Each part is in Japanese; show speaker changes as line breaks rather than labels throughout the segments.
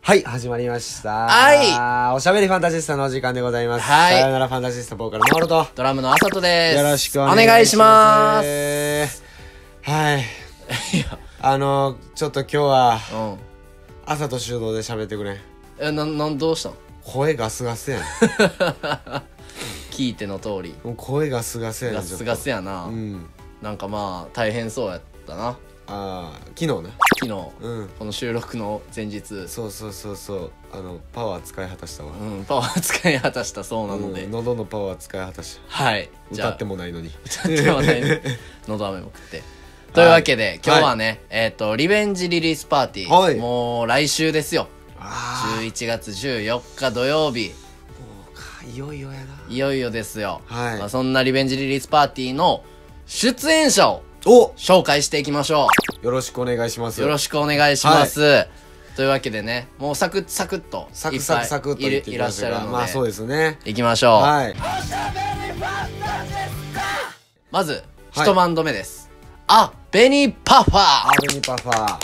はい、始まりました。。
はい
おしゃべりファンタジスタのお時間でございます。
はい
さよならファンタジスタボーカル、マオロと。
ドラムのあさとです。
よろしくお
お願
願い
い
し
し
ま。
ますす。
はい。
いや、
あの、ちょっと今日は、
うん。
朝と修道で喋ってくれ。
え、なん、なん、どうしたの
声ガスガス やん。
聞いての通り。
もう声ガスガスやん。
ガス
ちょっ
ガスやな。
とうん。
なんかまあ、大変そうやったな。
ああ、昨日ね。
昨日、
うん。
この収録の前日、
そうそうそうそう。あの、パワー使い果たしたわ。
うん、パワー使い果たしたそうなので。
うん喉のパワー使い果たした。
はい。じゃ
歌っ
あ
て、もないのに。
歌ってもないね。喉飴も食って。というわけで、今日はね、えっ、と、リベンジリリースパーティー。
はい
もう来週ですよ。
あ
11月14日土曜日。
あ、もうか、いよいよやな。
いよいよですよ。
はい
まあ、そんなリベンジリリースパーティーの出演者を
お
紹介していきましょ
よろしくお願いします。
う。よろしくお願いします。というわけでね、もうサクッサクッといっぱ
サク
い
サクサクっと
い
言
る
って
い
き
ら
ま
っ
し
したゃ
か
る
ら
ので、
まあそうですね
いきましょう。
はい
まず、
はい
一晩止めです。あ、ベニーパフ
ア
ァ
ベニパファ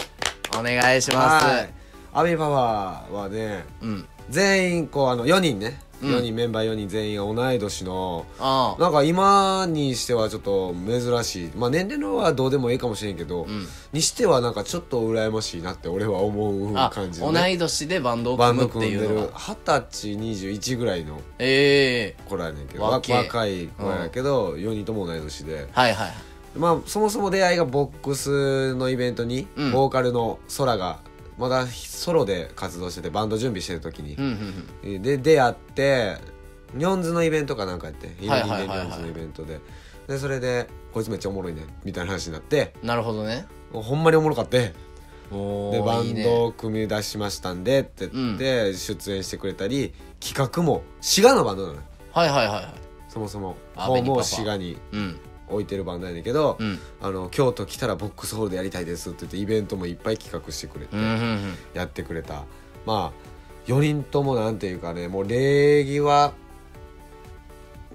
ーお願いします。
はいアベニパファはね
うん。
全員こうあの4人ね
うん
4人メンバー4人全員が同い年の
ああ。
なんか今にしてはちょっと珍しいまあ年齢のはどうでもいいかもしれんけど、
ん
にしてはなんかちょっと羨ましいなって俺は思う
あ、
感じの、
同
ね、
い年でバンドを
バ
組
ンド
むって
組ん
い
で
うの
る
が。
二十歳21ぐらいの
ええ
子らやねんけど
若
若
え
い子やけど、4人とも同い年で
はいはい。
まあそもそも出会いがボックスのイベントに、
うん
ボーカルのソラがまだソロで活動しててバンド準備してる時に
うん、うん、うん。
で出会ってニョンズのイベントかなんかやってイベ
はい
リン
はい
でニ
はいは
ョ
い
ンズのイベントででそれで「こいつめっちゃおもろいね」みたいな話になって
なるほどね。
もうほんまにおもろかって
おー
でバ
いい
ン
ね
ドを組み出しましたんでって言って出演してくれたり、企画も滋賀のバンドなのよ
はいはいはいはい。
そもそも
あ
ホ
ベ
ー
ニパ
ム
パ
を滋賀に
うん。
置いてるバンドやねんけど、
うん。
あの京都来たらボックスホールでやりたいですって言ってイベントもいっぱい企画してくれて、
うん、うん、うん。
やってくれたまあ4人ともなんていうかねもう礼儀は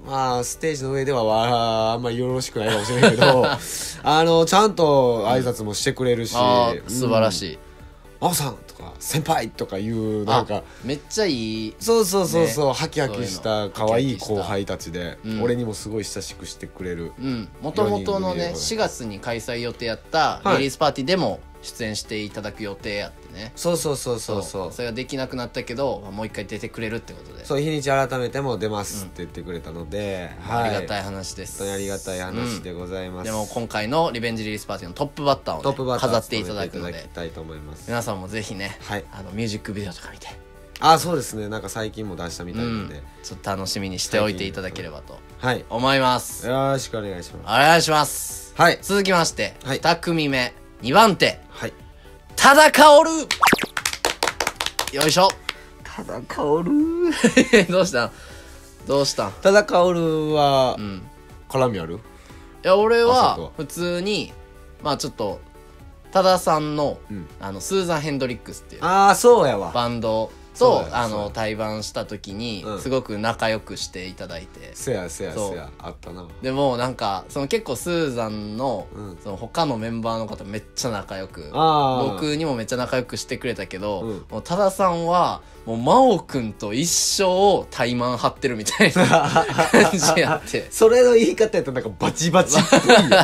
まあステージの上ではわああんまりよろしくないかもしれないけ どあのちゃんと挨拶もしてくれるし、
あー素晴ら
い
しい、
「真央さん」とか「先輩」とかいうなんか
あめっちゃいい
そうそうそうそう、
ね
ハキハキし
そういう
た
の
可愛い
ハキハキした
後輩たちで、
うん
俺にもすごい親しくしてくれる
うんもともと
四人組でご
の
ざい
ね
ます
4月に開催予定やった
はい
リリースパーティーでも出演していただく予定やってね、
そうそうそうそうそう
それができなくなったけどまあもう一回出てくれるってことで
そう日にち改めても出ますって言ってくれたので、はい
ありがた
い
い話です
本当にありがたい話でござい
うん
ます、
でも今回のリベンジリリースパーティーのトップバッターをね、
トップバッター
飾っていただくの
務めて
で
いただきたいと思います
皆さんもぜひね、
はい
あのミュージックビデオとか見て、
あそうですねなんか最近も出したみた
う
いなので、
ん、ちょっと楽しみにしておいていただければと
はいよ
思います、
ろしくお願いします
お願いします
はい
続きまして、
はい
2組目2番手
はい
ただかおるよいしょ
ただ薫
どうしたんどうしたんい
ただ薫は、絡みある
や俺
あそう
は
か
普通にまあちょっと多田さんの,、
うん
あのスーザン・ヘンドリックスっていう
ああそうやわ
バンド
そう
と
だよ
あ
そうだ
の
よ
対バンした時に
うん
すごく仲良くしていただいて、
せやせや
そう
せやあったな
でもなんかその結構スーザンの,、
うん
その他のメンバーの方めっちゃ仲良く
あー
僕にもめっちゃ仲良くしてくれたけど、
うん
もう多田さんはもう真央君と一生怠慢張ってるみたい な感じやって
それの言い方やったらなんかバチバ チっぽいよ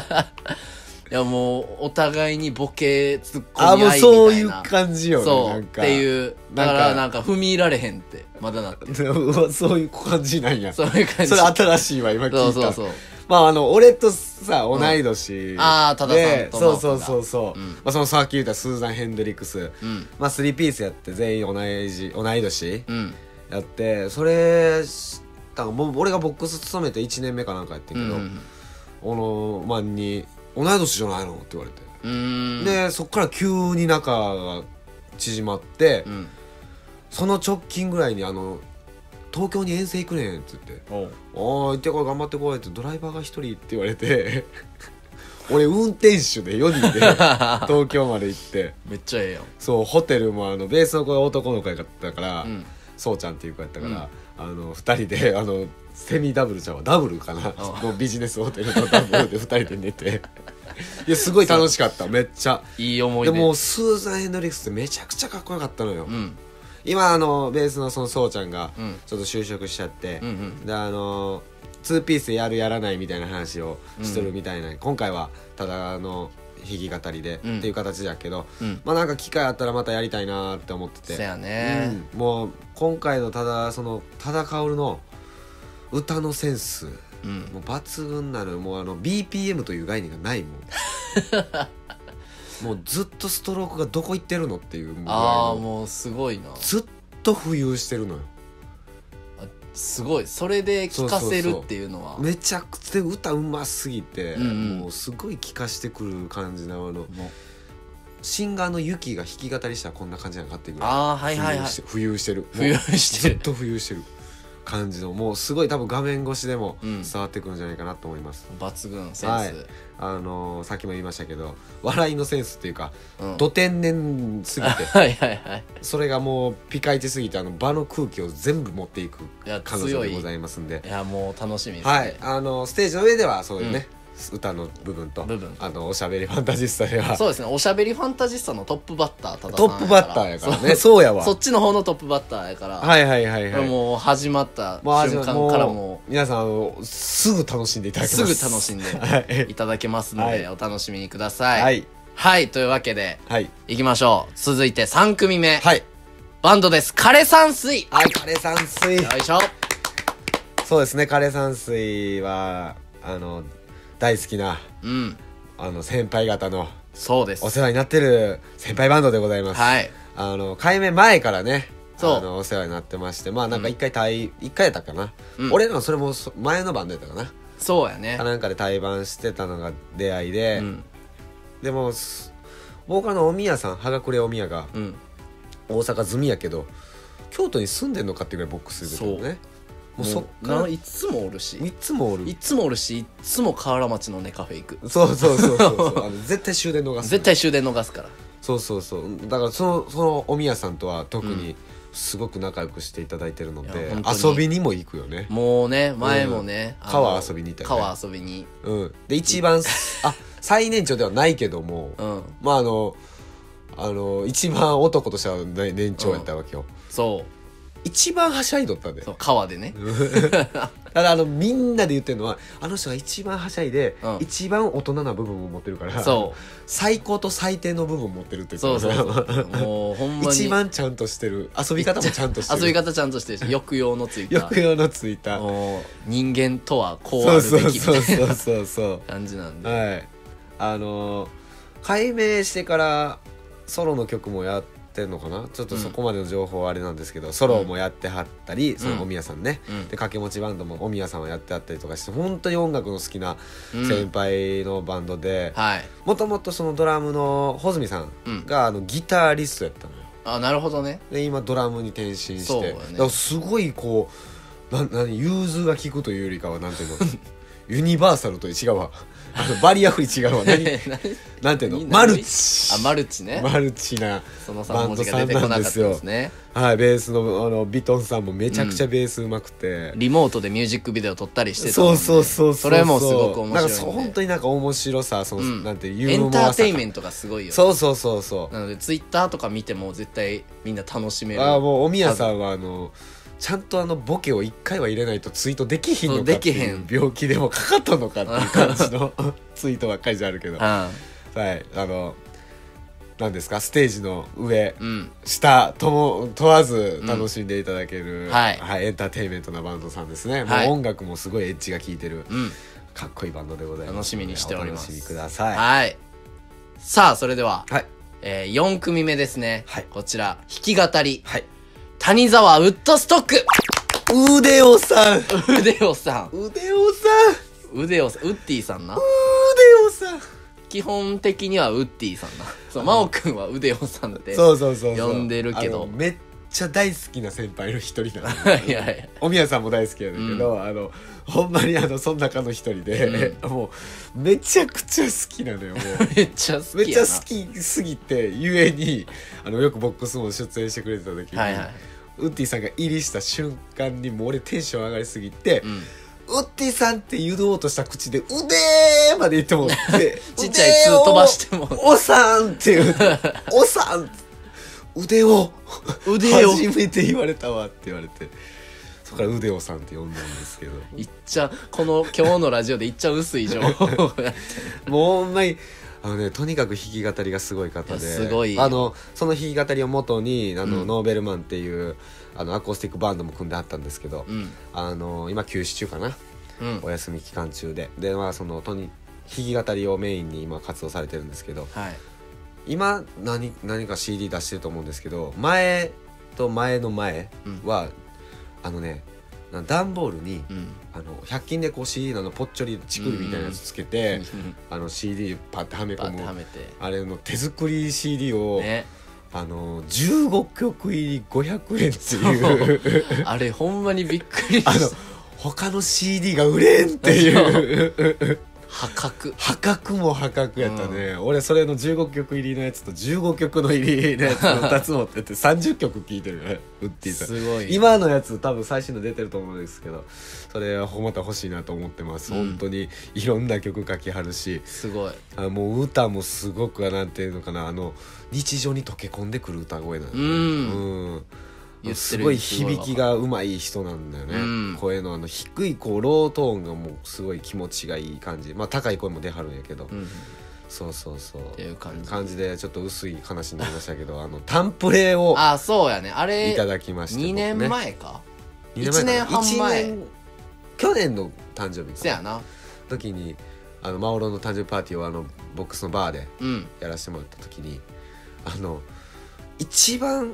いやもうお互いにボケツッ
あー
コミ
もう
合いみたいな
そういう感じよね
そう
な
っ
んか
ていうだ
な
か
んから
なんか踏み入られへんってまだなって
うわ そういう感じなんや
そういう感
そ
じ
れ新しいわ今聞いた
そうそうそう
まああの俺とさ同い年、
あー多田さんと
そう
真央君
そ
が
うそうそう、
うん
まあ、そのさっき言ったスーザン・ヘンドリックス、
うん
まあ3ピースやって全員同じ同い年
うん
やってそれしたもう俺がボックス勤めて1年目かなんかやってんけど、
うん
あのまあに「同い年じゃないの?」って言われて、
うーん
でそっから急に仲が縮まって、
うん
その直近ぐらいにあの東京に遠征行くねんっつっておー行ってこい頑張ってこいってドライバーが一人って言われて 俺運転手で4人で 東京まで行って
めっちゃええやん
そうホテルもあのベースの子が男の子やったから、
うん
そうちゃんっていう子やったから、あの2人であのセミダブルちゃんはダブルかな
あ
のビジネスホテルのダブルで2人で寝ていやすごい楽しかっためっちゃ
いい思い
で
出
もうスーザン・ヘンドリックスってめちゃくちゃかっこよかったのよ、
うん
今あのベースのそのそうちゃんが
うん
ちょっと就職しちゃって、
うんうん
であのツーピースやるやらないみたいな話をしとるみたいな、今回はただあの弾き語りで、
うん
っていう形だけど、
うん
まあなんか機会あったらまたやりたいなーって思ってて
そやね、
うん、もう今回のただその多田薫の歌のセンス
うん
もう抜群なのもうあの BPM という概念が ないもんもうずっとストロークがどこ行ってるのっていうぐらい
ああ
の
もうすごいな
ずっと浮遊してるのよ
あすごいそれで聞かせるっていうのは
めちゃくちゃ歌うますぎて、
うんうん
もうすごい聴かしてくる感じなのあの
もう
シンガーのユキが弾き語りしたらこんな感じなのかっていうぐらい
ああはいはいはい
浮遊してる
浮
浮遊してるもうずっ
遊して る
と浮遊してる感じのもうすごい多分画面越しでも
うん
伝わってくるんじゃないかなと思います、
抜群センス、
はいあのーさっきも言いましたけど笑いのセンスっていうか
うん
ど天然すぎて
はいはいはい
それがもうピカイチすぎてあの場の空気を全部持っていく
いや
彼女
強
で
い
ございますんで
いやもう楽しみですね、
はいあのステージの上ではそういうね、歌の部分と
部分
あのおしゃべりファンタジスタでは
そうですねおしゃべりファンタジスタのトップバッター多田さ
ト
ん
ップバッターやからね
そう
そうやわ
そっちの方のトップバッターやから、
はいはいはいはい
もう始まった
もうあじゃ
瞬
あ
間からも
う皆さんあのすぐ楽しんでいた
う
だけ
す
ま
ぐ
す
楽しんで
はい
いただけますので、
は
お楽しみにください
はい
はいというわけで
はい
いきましょう続いて3組目、
はい
バンドです枯山水
はい枯山水
よいしょ
そうですね枯山水はあの大好きな
うん
あの先輩方の
そうです
お世話になってる先輩バンドでございます、
はい
あの解明前からね
そう
あのお世話になってましてまあなんか一回対、一回やったかな、
うん
俺らのそれもそ前のバンドやったかな、
そうやね
かなんかで対バンしてたのが出会いで、
うん
でもすボーカルのおみやさん葉隠れおみやが
うん
大阪住みやけど京都に住んでんのかっていうぐらいボックス出てるねもうそっから
もうないつもおるし
いつもおる
いつもおるしいつも河原町のねカフェ行く
そうそうそうそうそうあの絶対終電逃す
絶対終電逃すから
そうそうそうだからそのそのおみやさんとは特にすごく仲良くしていただいてるの
い
で
や本、当に
遊びにも行くよね
もうね前もね、
うん
あの
川遊びに行ったよね
川遊びに
うんで一番あ最年長ではないけども、
うん
まああのあの一番男としてはね年長やったわけよ、
そ
一番はしゃいどったんで
うそう川でね
ただあのみんなで言ってるのはあの人が一番はしゃいで、
うん
一番大人な部分を持ってるから
そう
最高と最低の部分を持ってるって言って
そう
る
そ うそうもうほんまに
一番ちゃんとしてる遊び方もちゃんとしてる
遊び方ちゃんとしてるし抑揚のついた
抑揚のついた
もう人間とはこうあ
そうそ
る
う
べきみ
そう
たい
そ
な
うそうそ
感じなん
う
で、
はいあのー改名してからソロの曲もやってんのかなちょっとそこまでの情報はあれなんですけど、ソロもやってはったり、そのおみやさんね、
うん
で掛け持ちバンドもおみやさんはやってはったりとかして本当に音楽の好きな
うん
先輩のバンドで
はい
もともとそのドラムの穂積さんがあのギタリストやったのよ
あなるほどね
で今ドラムに転身して
そうやね
だからすごいこうなな融通が利くというよりかはなんていう のユニバーサルと違うわあのバリアフリー違うわ 何なんていうの
何
マルチ
あマルチね
マルチな
その
バ
3
ン
文
ド
字
さ
が
ん
出てこ
な
な
で
んかった
す
で
よ
すね
はいベースのあのビトンさんもめちゃくちゃベースうまくて、
リモートでミュージックビデオ撮ったりしてたもん
そう
ね
そうそうそう
それもすごく面白いんで
なんかそう本当になんか面白さその、
うん
なんていう
エンターテインメ
ン
ントがすごいよね
そうそうそうそう、
なのでツイッターとか見ても絶対みんな楽しめる
ああもうおみやさんはあのちゃんとあのボケを一回は入れないとツイートできひんのかって
そうできへ
いうん病気でもかかったのかっていう感じ のツイートばっかりじゃあるけどは
あ
いあの何ですかステージの上、
うん
下とも問わず楽しんでいただける、
んはい
エンターテインメントなバンドさんですね、
はい
もう音楽もすごいエッジが効いてる、
うん
かっこいいバンドでございます
楽しみにしております
お楽しみください
はいさあそれでは、
はい
えー、4組目ですね、
はい
こちら弾き語り
はい
谷沢ウッドストッ ク
腕をさん
腕をさ
腕をさん
ん腕をさんウッディさんな
腕をさん
基本的にはウッディさんなそう真央くんは腕をさんで
そうそうそうそう
呼んでるけど
あのめっちゃ大好きな先輩の一人なの
いやいや
おみやさんも大好きやねんけど、あのほんまにあのその中の一人で、 もうめちゃくちゃ好きなのよもう
めっちゃ 好き
め
やな
っちゃ好きすぎてゆえにあのよくボックスも出演してくれてた時に、
はいはい
ウッディさんが入りした瞬間にもう俺テンション上がりすぎて、
うん
ウッディさんって言おうとした口で「うでー!」まで言っても らって
ちっちゃい「つ」飛ばしても
おさんっていう。おさん。腕を
腕を
初めて言われたわって言われてそこから腕をさんって呼んだんです けど
いっちゃこの今日のラジオでいっちゃ薄い情報
もうほんまにあのねとにかく弾き語りがすごい方で
いやすごい
あのその弾き語りを元にあの、
うん
ノーベルマンっていうあのアコースティックバンドも組んであったんですけど、
うん
あの今休止中かな
うん
お休み期間中ででまあそのとに弾き語りをメインに今活動されてるんですけど
はい
今何何か CD 出してると思うんですけど前と前の前は、あのねな段ボールに、
うん
あの100均でこう CD のあのぽっちょり乳首みたいなやつつけて、あの CD パッてはめ
バ
込
ッては
む
めて
あれの手作り CD を、
ね
あの15曲入り500円っていう
あれほんまにびっくり
あの
した
他の CD が売れんっていう
破格
破格も破格やったね、俺それの15曲入りのやつと15曲の入りのやつの2つ持ってて30曲聴いてるねウッディさん
すごい
今のやつ多分最新の出てると思うんですけどそれはまた欲しいなと思ってます、
うん
本当にいろんな曲書きはるし
すごい
あもう歌もすごくなんていうのかなあの日常に溶け込んでくる歌声なのね
うん
う
言ってる
すごい響きがうまい人なんだよね、
うん
声のあの低いこうロートーンがもうすごい気持ちがいい感じまあ高い声も出はるんやけど、
うん
そうそうそうって
いう感じ
でちょっと薄い話になりましたけどあのタンプレを
あそうやねあれ
いただきまして
2年
僕ね
前か
二年前かな
一年半前
一年去年の誕生日
せやな
時にあのマオロの誕生日パーティーをあのボックスのバーで
うん
やらせてもらった時にあの一番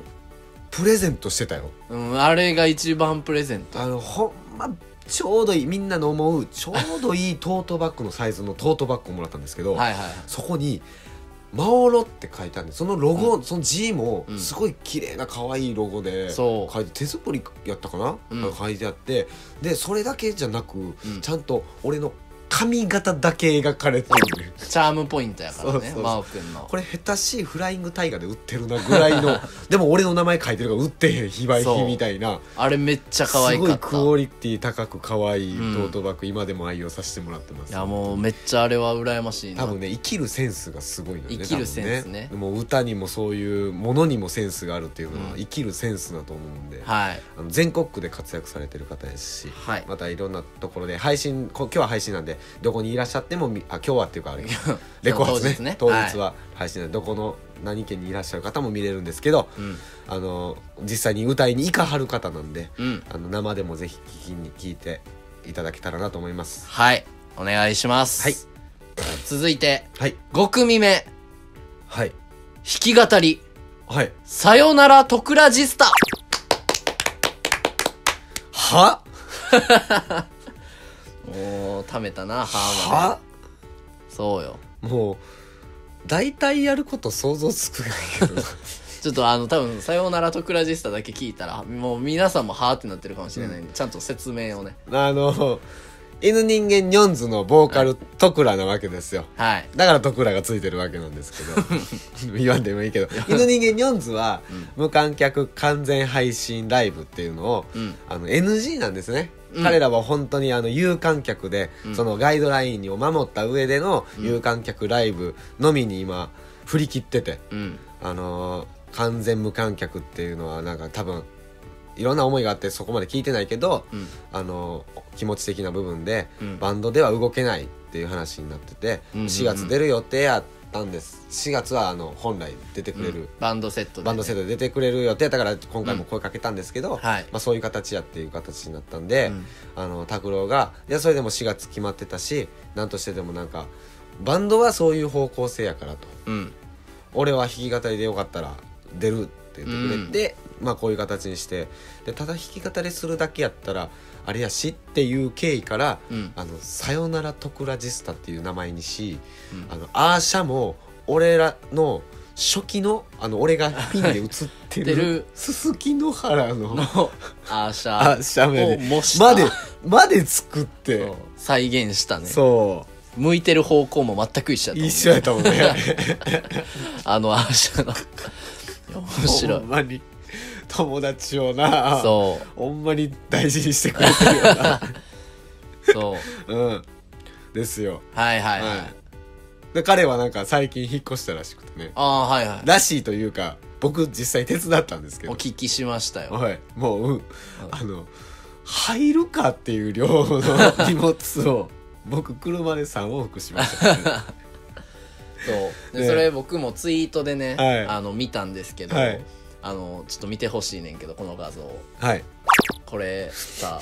プレゼントしてたよ
うんあれが一番プレゼント
あのほんまちょうどいいみんなの思うちょうど いいトートバッグのサイズのトートバッグをもらったんですけど、
はいはいはい
そこに「マオロ」って書いたんでそのロゴ、その字も
うん
すごい綺麗な可愛いロゴで書
そ
いうて、手作りやったかな、
うん
書いてあってでそれだけじゃなく、
ん
ちゃんと俺の髪型だけ描かれてる、
チャームポイントやか
そ
ら
うそう
ね
そう
真央君の
これ下手しいフライングタイガーで売ってるなぐらい のでも俺の名前書いてるから売ってへん非売
そ
品
う
みたいな
あれめっちゃ可
す
愛
ご
か
い
った
クオリティ高く可愛いト
うん
ートバッグ、今でも愛用させてもらってます
いやもうめっちゃあれは羨ましいな
多分ね生きるセンスがすごいのよね
生きるセンスね
多分もう歌にもそういうものにもセンスがあるっていうのは
うん
生きるセンスだと思うんで、
はい
あの全国区で活躍されてる方ですし、
はい
またいろんなところで配信こ今日は配信なんでどこにいらっしゃってもみあ今日はっていうかあ れレコ発ね
当日ね
当日は配信なんで、どこの何県にいらっしゃる方も見れるんですけど、
うん
あの実際に歌いに行かはる方なんで
うん
あの生でもぜひ聞きに聞いていただけたらなと思います。
はいお願いします
はい
続いて
はい
5組目
はい
弾き語り
はい
「さよならトクラジスタ
は」
おーためたなハーマ
は
そうよ
もう大体やること想像つくないけど
ちょっとあの多分「さよならトクラジスタ」だけ聞いたらもう皆さんも「はーってなってるかもしれないんで、ちゃんと説明をね
あの犬人間ニョンズのボーカルトクラなわけですよ
はい
だからトクラがついてるわけなんですけ ど言わんでもいいけど犬人間ニョンズは無観客完全配信ライブっていうのを、
うん
あの NG なんですね、
うん
彼らは本当にあの有観客で、
うん
そのガイドラインを守った上での有観客ライブのみに今振り切ってて、
うん
あのー完全無観客っていうのはなんか多分いろんな思いがあってそこまで聞いてないけど、
うん
あのー気持ち的な部分で、
うん
バンドでは動けないっていう話になってて、
うんうんうん
4月出る予定やったんです4月はあの本来出てくれる、
バンドセットでね、
バンドセットで出てくれる予定だから今回も声かけたんですけど、
はい
まあ、そういう形やっていう形になったんで、
うん
あの拓郎がいやそれでも4月決まってたし何としてでもなんかバンドはそういう方向性やからと。
うん
俺は弾き語りでよかったら出るって言ってくれて、まあこういう形にしてでただ弾き語りするだけやったらあれやしっていう経緯から「
うん
あのさよならトクラジスタ」っていう名前にし、
うん
あのアーシャも俺らの初期のあの俺がピンで映って
出
る
る
すすきの原の
のアーシャ
アーシャま
を
で
模した
までまで作って
そう再現したね
そう
向いてる方向も全く一緒やと思う
一緒やったもんね。
あのアーシャのいや面白
ほ
い
んまに友達をな
そ
ほんまに大事にしてくれてるよ な。
うそう
うん。ですよ。
はいはいはい、
はい。で、彼はなんか最近引っ越したらしくてね。
ああーはいはい
らしいというか、僕実際手伝ったんですけ
お
ど
聞きしましたよ。
はいもう、うん、あの入るかっていう量 の荷物を僕車で3往復しま したね、
そう
ね
でそれ僕もツイートでね、
はい
あの見たんですけど、
はい
あのちょっと見てほしいねんけどこの画像
はい
これ さ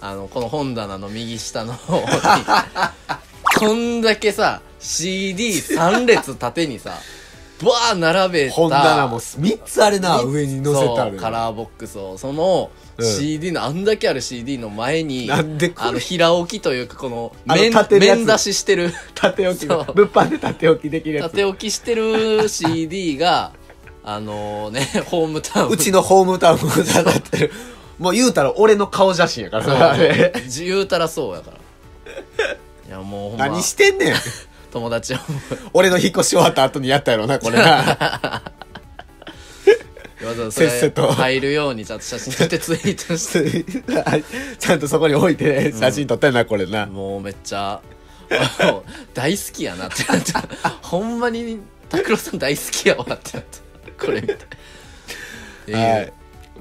あのこの本棚の右下の方に こんだけさ CD3 列縦にさバー並べた
本棚も3つあれな
三つ
上に載せてあ
そ
る
うカラーボックスをその
うん
CD の、あんだけある CD の前に
なんでこれ
あの平置きというかこの
あの
面
立て るやつ
面出ししてる
縦置きの
そう
物販で縦置きできるやつ
縦置きしてる CD が、あのね、ホームタウン。
うちのホームタウンを飾ってるもう言うたら俺の顔写真やから
そう
なあれ
言うたらそうやから。いや、もうほんま、
何してんねん
友達を。
俺の引っ越し終わった後にやったやろなこ れな
わざわざそ
せっせ
れ
と
入るようにちゃんと写真撮ってツイートし
ちゃんとそこに置いて写真撮ったよなこれな、
て。もうめっちゃ、もう大好きやなってなった。ほんまに、拓郎さん大好きやわってなった。これみたい。っていう
はい。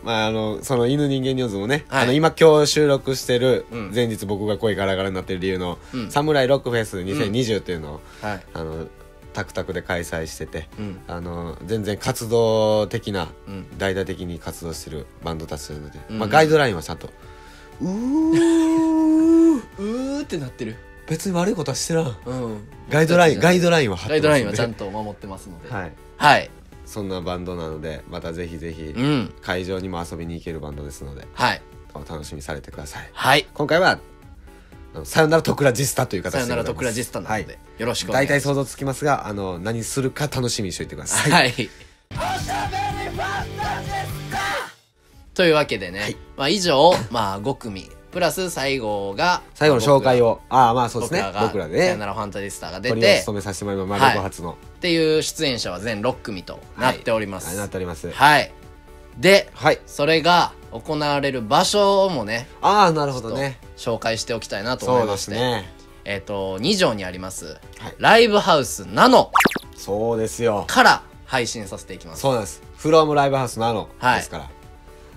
まあ、あのその犬人間ニュースもね、
はい
あの今今日収録してる
うん
前日僕が声ガラガラになってる理由の「
うん
サムライロックフェス2020」っていうのを、
はい。
あのタクタクで開催してて、
うん
あの全然活動的な
うん。
大々的に活動してるバンドたちなので、
うん
まあ、ガイドラインはちゃんと「うー
うーってなってる。
別に悪いことはしてらん
うん。」
ガイドラインガイドラインは張
ガイドラインはちゃん
と、
と守ってますので。
はい、
はい。
そんなバンドなのでまたぜひぜひ
うん。
会場にも遊びに行けるバンドですので
はい。
お楽しみにされてください
はい。
今回はあのさよならトクラジスタという形
さ
で
よなら
ござ
と
います
クラジスタなので、
はい
よろしくお願
大
いしま
体
す。
想像つきますがあの何するか楽しみにしておいてください、
はい。というわけでね、
はい
まあ以上、まあ5組、プラス最後が、
最後の紹介
を、
をああまあそうです
僕
ね
らが、
僕らで
さよな
ね
らファンタジスタが出
トリを
て、
務めさせてもらいます
は
丸
い
子初の、
っていう出演者は全6組となっておりま
あれ
す。
な
は
っ
い。
ておりますはい、
で、それが行われる場所もね、
ああなるほ
ちょ
ど
っと
ね
紹介しておきたいなと思
そ
いうま
で
し
す
て、
ね
えっ、と、2条にあります、
はい
ライブハウスナノ
そうですよ
から配信させていきます。
そうなんですフロアムライブハウスのあの、
はい
ですから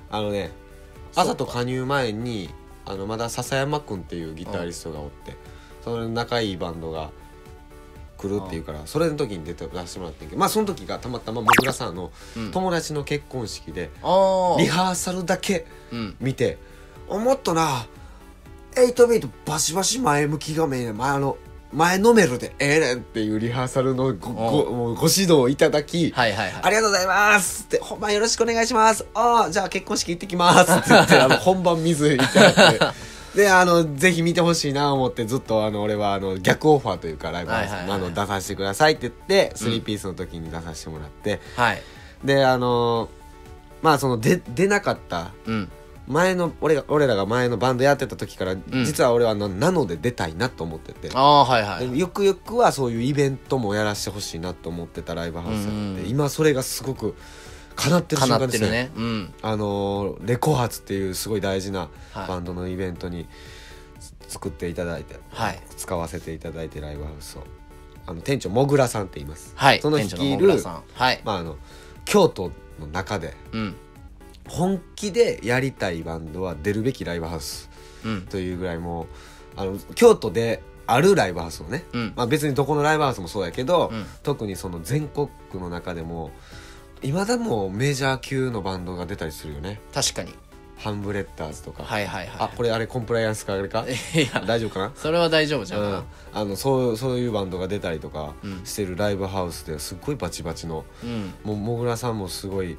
あのね朝と加入前にあのまだ笹山君っていうギタリストがおって、その仲いいバンドが来るっていうから、それの時に出て出してもらってんけどまあその時がたまたま僕がさあの、
うん
友達の結婚式で
あ
リ
ー
ハーサルだけ
うん。
見て「おもっとな8ビートバシバシ前向きがめえねん前あの前のめるでええねん」っていうリハーサルのごごもうご指導をいただき、
はいはいはい。
ありがとうございますって、本番よろしくお願いします。ああ、じゃあ結婚式行ってきますって言 って、あの、本番見ず行ってあって。で、あの、ぜひ見てほしいなと思って、ずっとあの、俺はあの、逆オファーというか、ライブハウス
はいはい
に
は
あ
い
の、出させてくださいって言って、スリーピースの時に出させてもらって、
はい。
で、あの、まあその、出、出なかった、
うん。
前の、俺が、俺らが前のバンドやってた時から、実は俺はあの、なので出たいなと思ってて。
ああ、はいはい。
よくよくはそういうイベントもやらしてほしいなと思ってたライブハウスなので、
うん
今それがすごく叶ってる
か
瞬
な
間
っ
で
て
す
る
ね
ね。うん。
あのーレコ発っていうすごい大事な
はい
バンドのイベントにつ作っていただいて、
はい
使わせていただいてライブハウスをあの店長もぐらさんって言います、
はい。
その
店
率
長
い
もぐら
る、
さん。はい。
まあ、あの京都の中で
うん。
本気でやりたいバンドは出るべきライブハウス
うん。
というぐらいもうあの京都であるライブハウスをね、
うん
まあ、別にどこのライブハウスもそうやけど、
うん
特にその全国区の中でもいまだもうメジャー級のバンドが出たりするよね
確かに。
ハンブレッダーズとか、
はいはいはい。
あこれあれコンプライアンスかあれか
いや、
大丈夫かな
それは大丈夫じゃん。
うん、あのそうそういうバンドが出たりとか
うん
してるライブハウスですっごいバチバチの
うん。
もうもぐらさんもすごい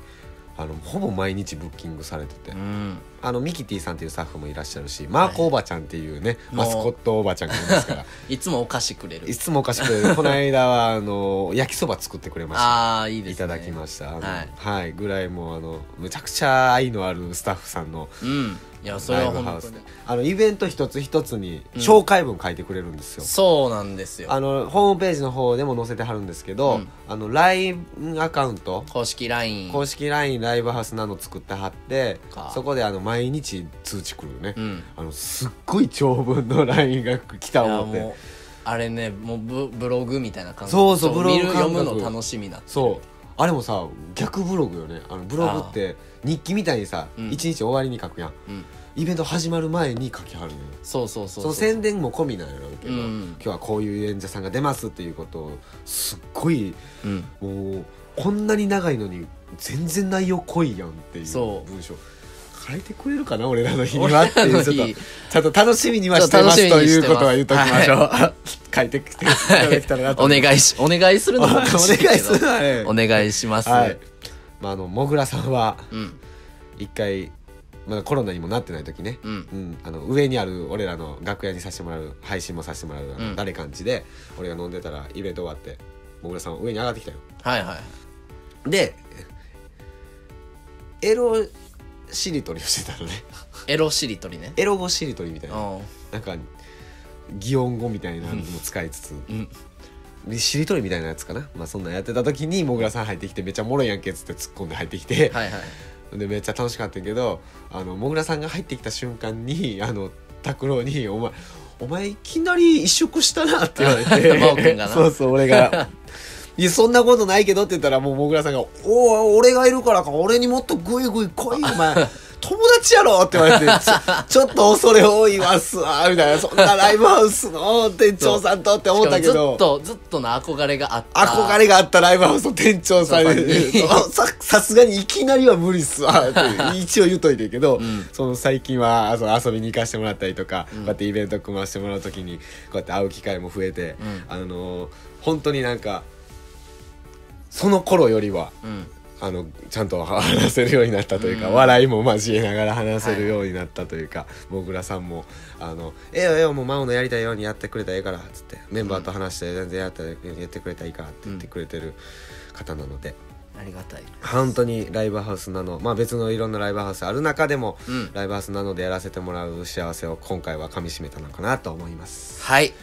あのほぼ毎日ブッキングされてて、
うん。
あのミキティさんっていうスタッフもいらっしゃるしマーコおばちゃんっていうね、
も
マ
う
スコットおばちゃんがいますから
いつもお菓子くれる
い。つもおかしくてこの間はあの焼きそば作ってくれました
ああ、いいですね。
いただきましたあの
はい
はい、ぐらいもうあのむちゃくちゃ愛のあるスタッフさんの
うん。いや、それ
ライ
は
ブハウ
本当
スで
に。
あのイベント一つ一つに紹介文書いてくれるんですよ、
そうなんですよ。
あのホームページの方でも載せてはるんですけど、
うん
あの LINE アカウント
公式 LINE。
公式 LINE ライブハウスなの作ってはって
か
そこであの毎日通知来るよね、
うん。
あのすっごい長文の LINE が来た
いや、
思っ
もう
て、
あれね、もうブブログみたいな感じ
そうそうブログ
見る
感
読
覚
むの楽しみな。
そうあれもさ逆ブログよねあのブログって日記みたいにさ
うん
一日終わりに書くやん
うん、
イベント始まる前に書きはるのよ
そうそうそう
その宣伝も込みなんやろうけど、
うん
今日はこういう演者さんが出ますっていうことをすっごい
うん
もうこんなに長いのに全然内容濃いやんっていう
そう
文章書いてくれるかな俺らの日に
俺
はって
ら
いう
の
ちょっと
日
ちょっと楽しみにはしてま
ちょ
す
っ
と
と楽しみに
い
し
う
て
こ
ます
とは言っときましょう、書いてきていただけたらなと
お願いしお願いす る
お
のもお
願い
かしい
す
けど
るわね
お願いします、
はいまああのもぐらさんは
うん
一回まだコロナにもなってない時ね、
うん
うん、あの上にある俺らの楽屋にさせてもらう配信もさせてもらうあの
うん
誰かんちで俺が飲んでたらイベント終わってもぐらさんは上に上がってきたよ
はいはい
でエロしりとりをして たのね
エロしりとりね
エロ語しりとりみたいな
うん
なんか擬音語みたいなのも使いつつ、
うん
しりとりみたいなやつかな、まあ、そんなんやってた時にもぐらさん入ってきてめっちゃおもろいやんけっつって突っ込んで入ってきて、
はいはい
でめっちゃ楽しかったけどあのもぐらさんが入ってきた瞬間にあの拓郎に「お前お前いきなり移植したな」って言われ
真央く
て
んがな
そうそう俺が「いやそんなことないけど」って言ったらもうもぐらさんが「おお俺がいるからか俺にもっとグイグイ来いお前友達やろ」って言われてちょ「ちょっと恐れ多いわっすわ」みたいな「そんなライブハウスの店長さんと」って思ったけ
しかも
ど
ずっ。とずっとの憧れがあった
憧れがあったライブハウスの店長さんに
そう
あ ささすがにいきなりは無理っすわって一応言うといてんけど、
ん
その最近はあその遊びに行かしてもらったりとか、
ん
こうやってイベント組ましてもらう時にこうやって会う機会も増えて、
うん
あのー本当になんかその頃よりは
うん
あのちゃんと話せるようになったというか、笑いも交えながら話せるようになったというか、もぐらさんも「あのええよええよもう真央のやりたいようにやってくれたらええから」っつってメンバーと話して全然やったらやってくれたらいいからって言ってくれてる方なので、
ありがたい
本当にライブハウスなのまあ別のいろんなライブハウスある中でも、
うん
ライブハウスなのでやらせてもらう幸せを今回はかみしめたのかなと思います。
はい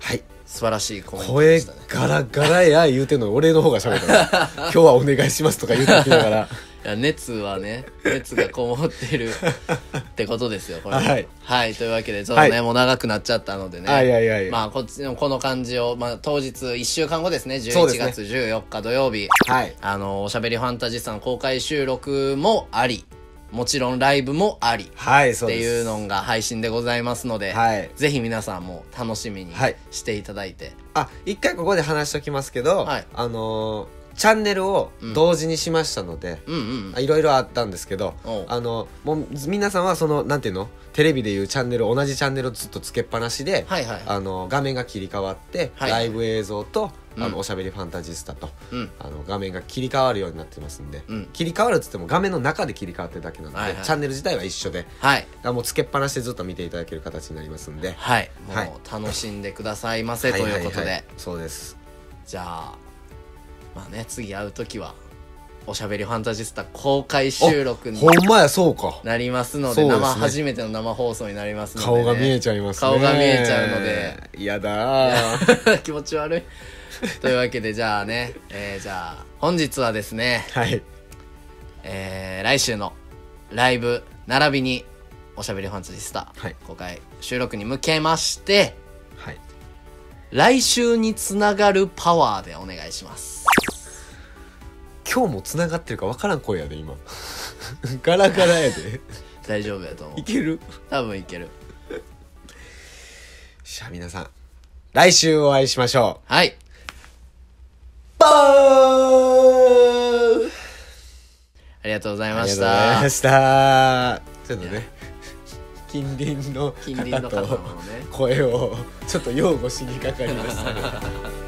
はい
素晴らしいコメントで
声
したね
ガラガラや言うてんのに俺の方が喋 ったの今日はお願いしますとか言うてきながら。
いや熱はね熱がこもって るってことですよこれ
はい、
はいというわけでちょっとね、
はい
もう長くなっちゃったのでね
はいはいはい
まあこっちのこの感じを、まあ、当日1週間後ですね
そうで
11
すね
月14日土曜日、
はい
あのおしゃべりファンタジスタの公開収録もありもちろんライブもあり
はい、そ
っ
う
て
です。
いうのが配信でございますので、
はい
ぜひ皆さんも楽しみに
はい
していただいて、
あ、一回ここで話しときますけど、
はい
あのーチャンネルを同時にしましたので、
うんうん
あいろいろあったんですけど
おう、
あの、もう、皆さんはその、なんていうのテレビでいうチャンネル、同じチャンネルをずっとつけっぱなしで、
はいはい
あの、画面が切り替わって、
はい
ライブ映像と、あ
うん
の、おしゃべりファンタジスタと、
うん
あの、画面が切り替わるようになってますんで、
うん
切り替わるっつっても画面の中で切り替わってるだけなので、
はいはい
チャンネル自体は一緒で、
はい
あもうつけっぱなしでずっと見ていただける形になりますんで、
はいも
はいう
楽しんでくださいませということ
は
で、
ははそうです。
じゃあまあね次会う時は「おしゃべりファンタジスタ」公開収録に
ほんまやそうか
なりますの
そ
で
うですね
生初めての生放送になりますのでね、
顔が見えちゃいますね
顔が見えちゃうので
やだー
気持ち悪いというわけでじゃあね、えーじゃあ本日はですね、
はい
えー来週のライブ並びに「おしゃべりファンタジスタ」
はい
公開収録に向けまして
はい
来週につながるパワーでお願いします
今日も繋がってるかわからん声やで今 ガラガラやで
大丈夫やと思う
いける
多分いける
じゃあ皆さん来週お会いしましょ
はい。
うバー
ありがとうござい
あ
ま
りがとう
し
ござい
た
ま。したちょっとね近隣の
近隣の方
方
な
と
のね。
声をちょっと擁護しにかかりましたね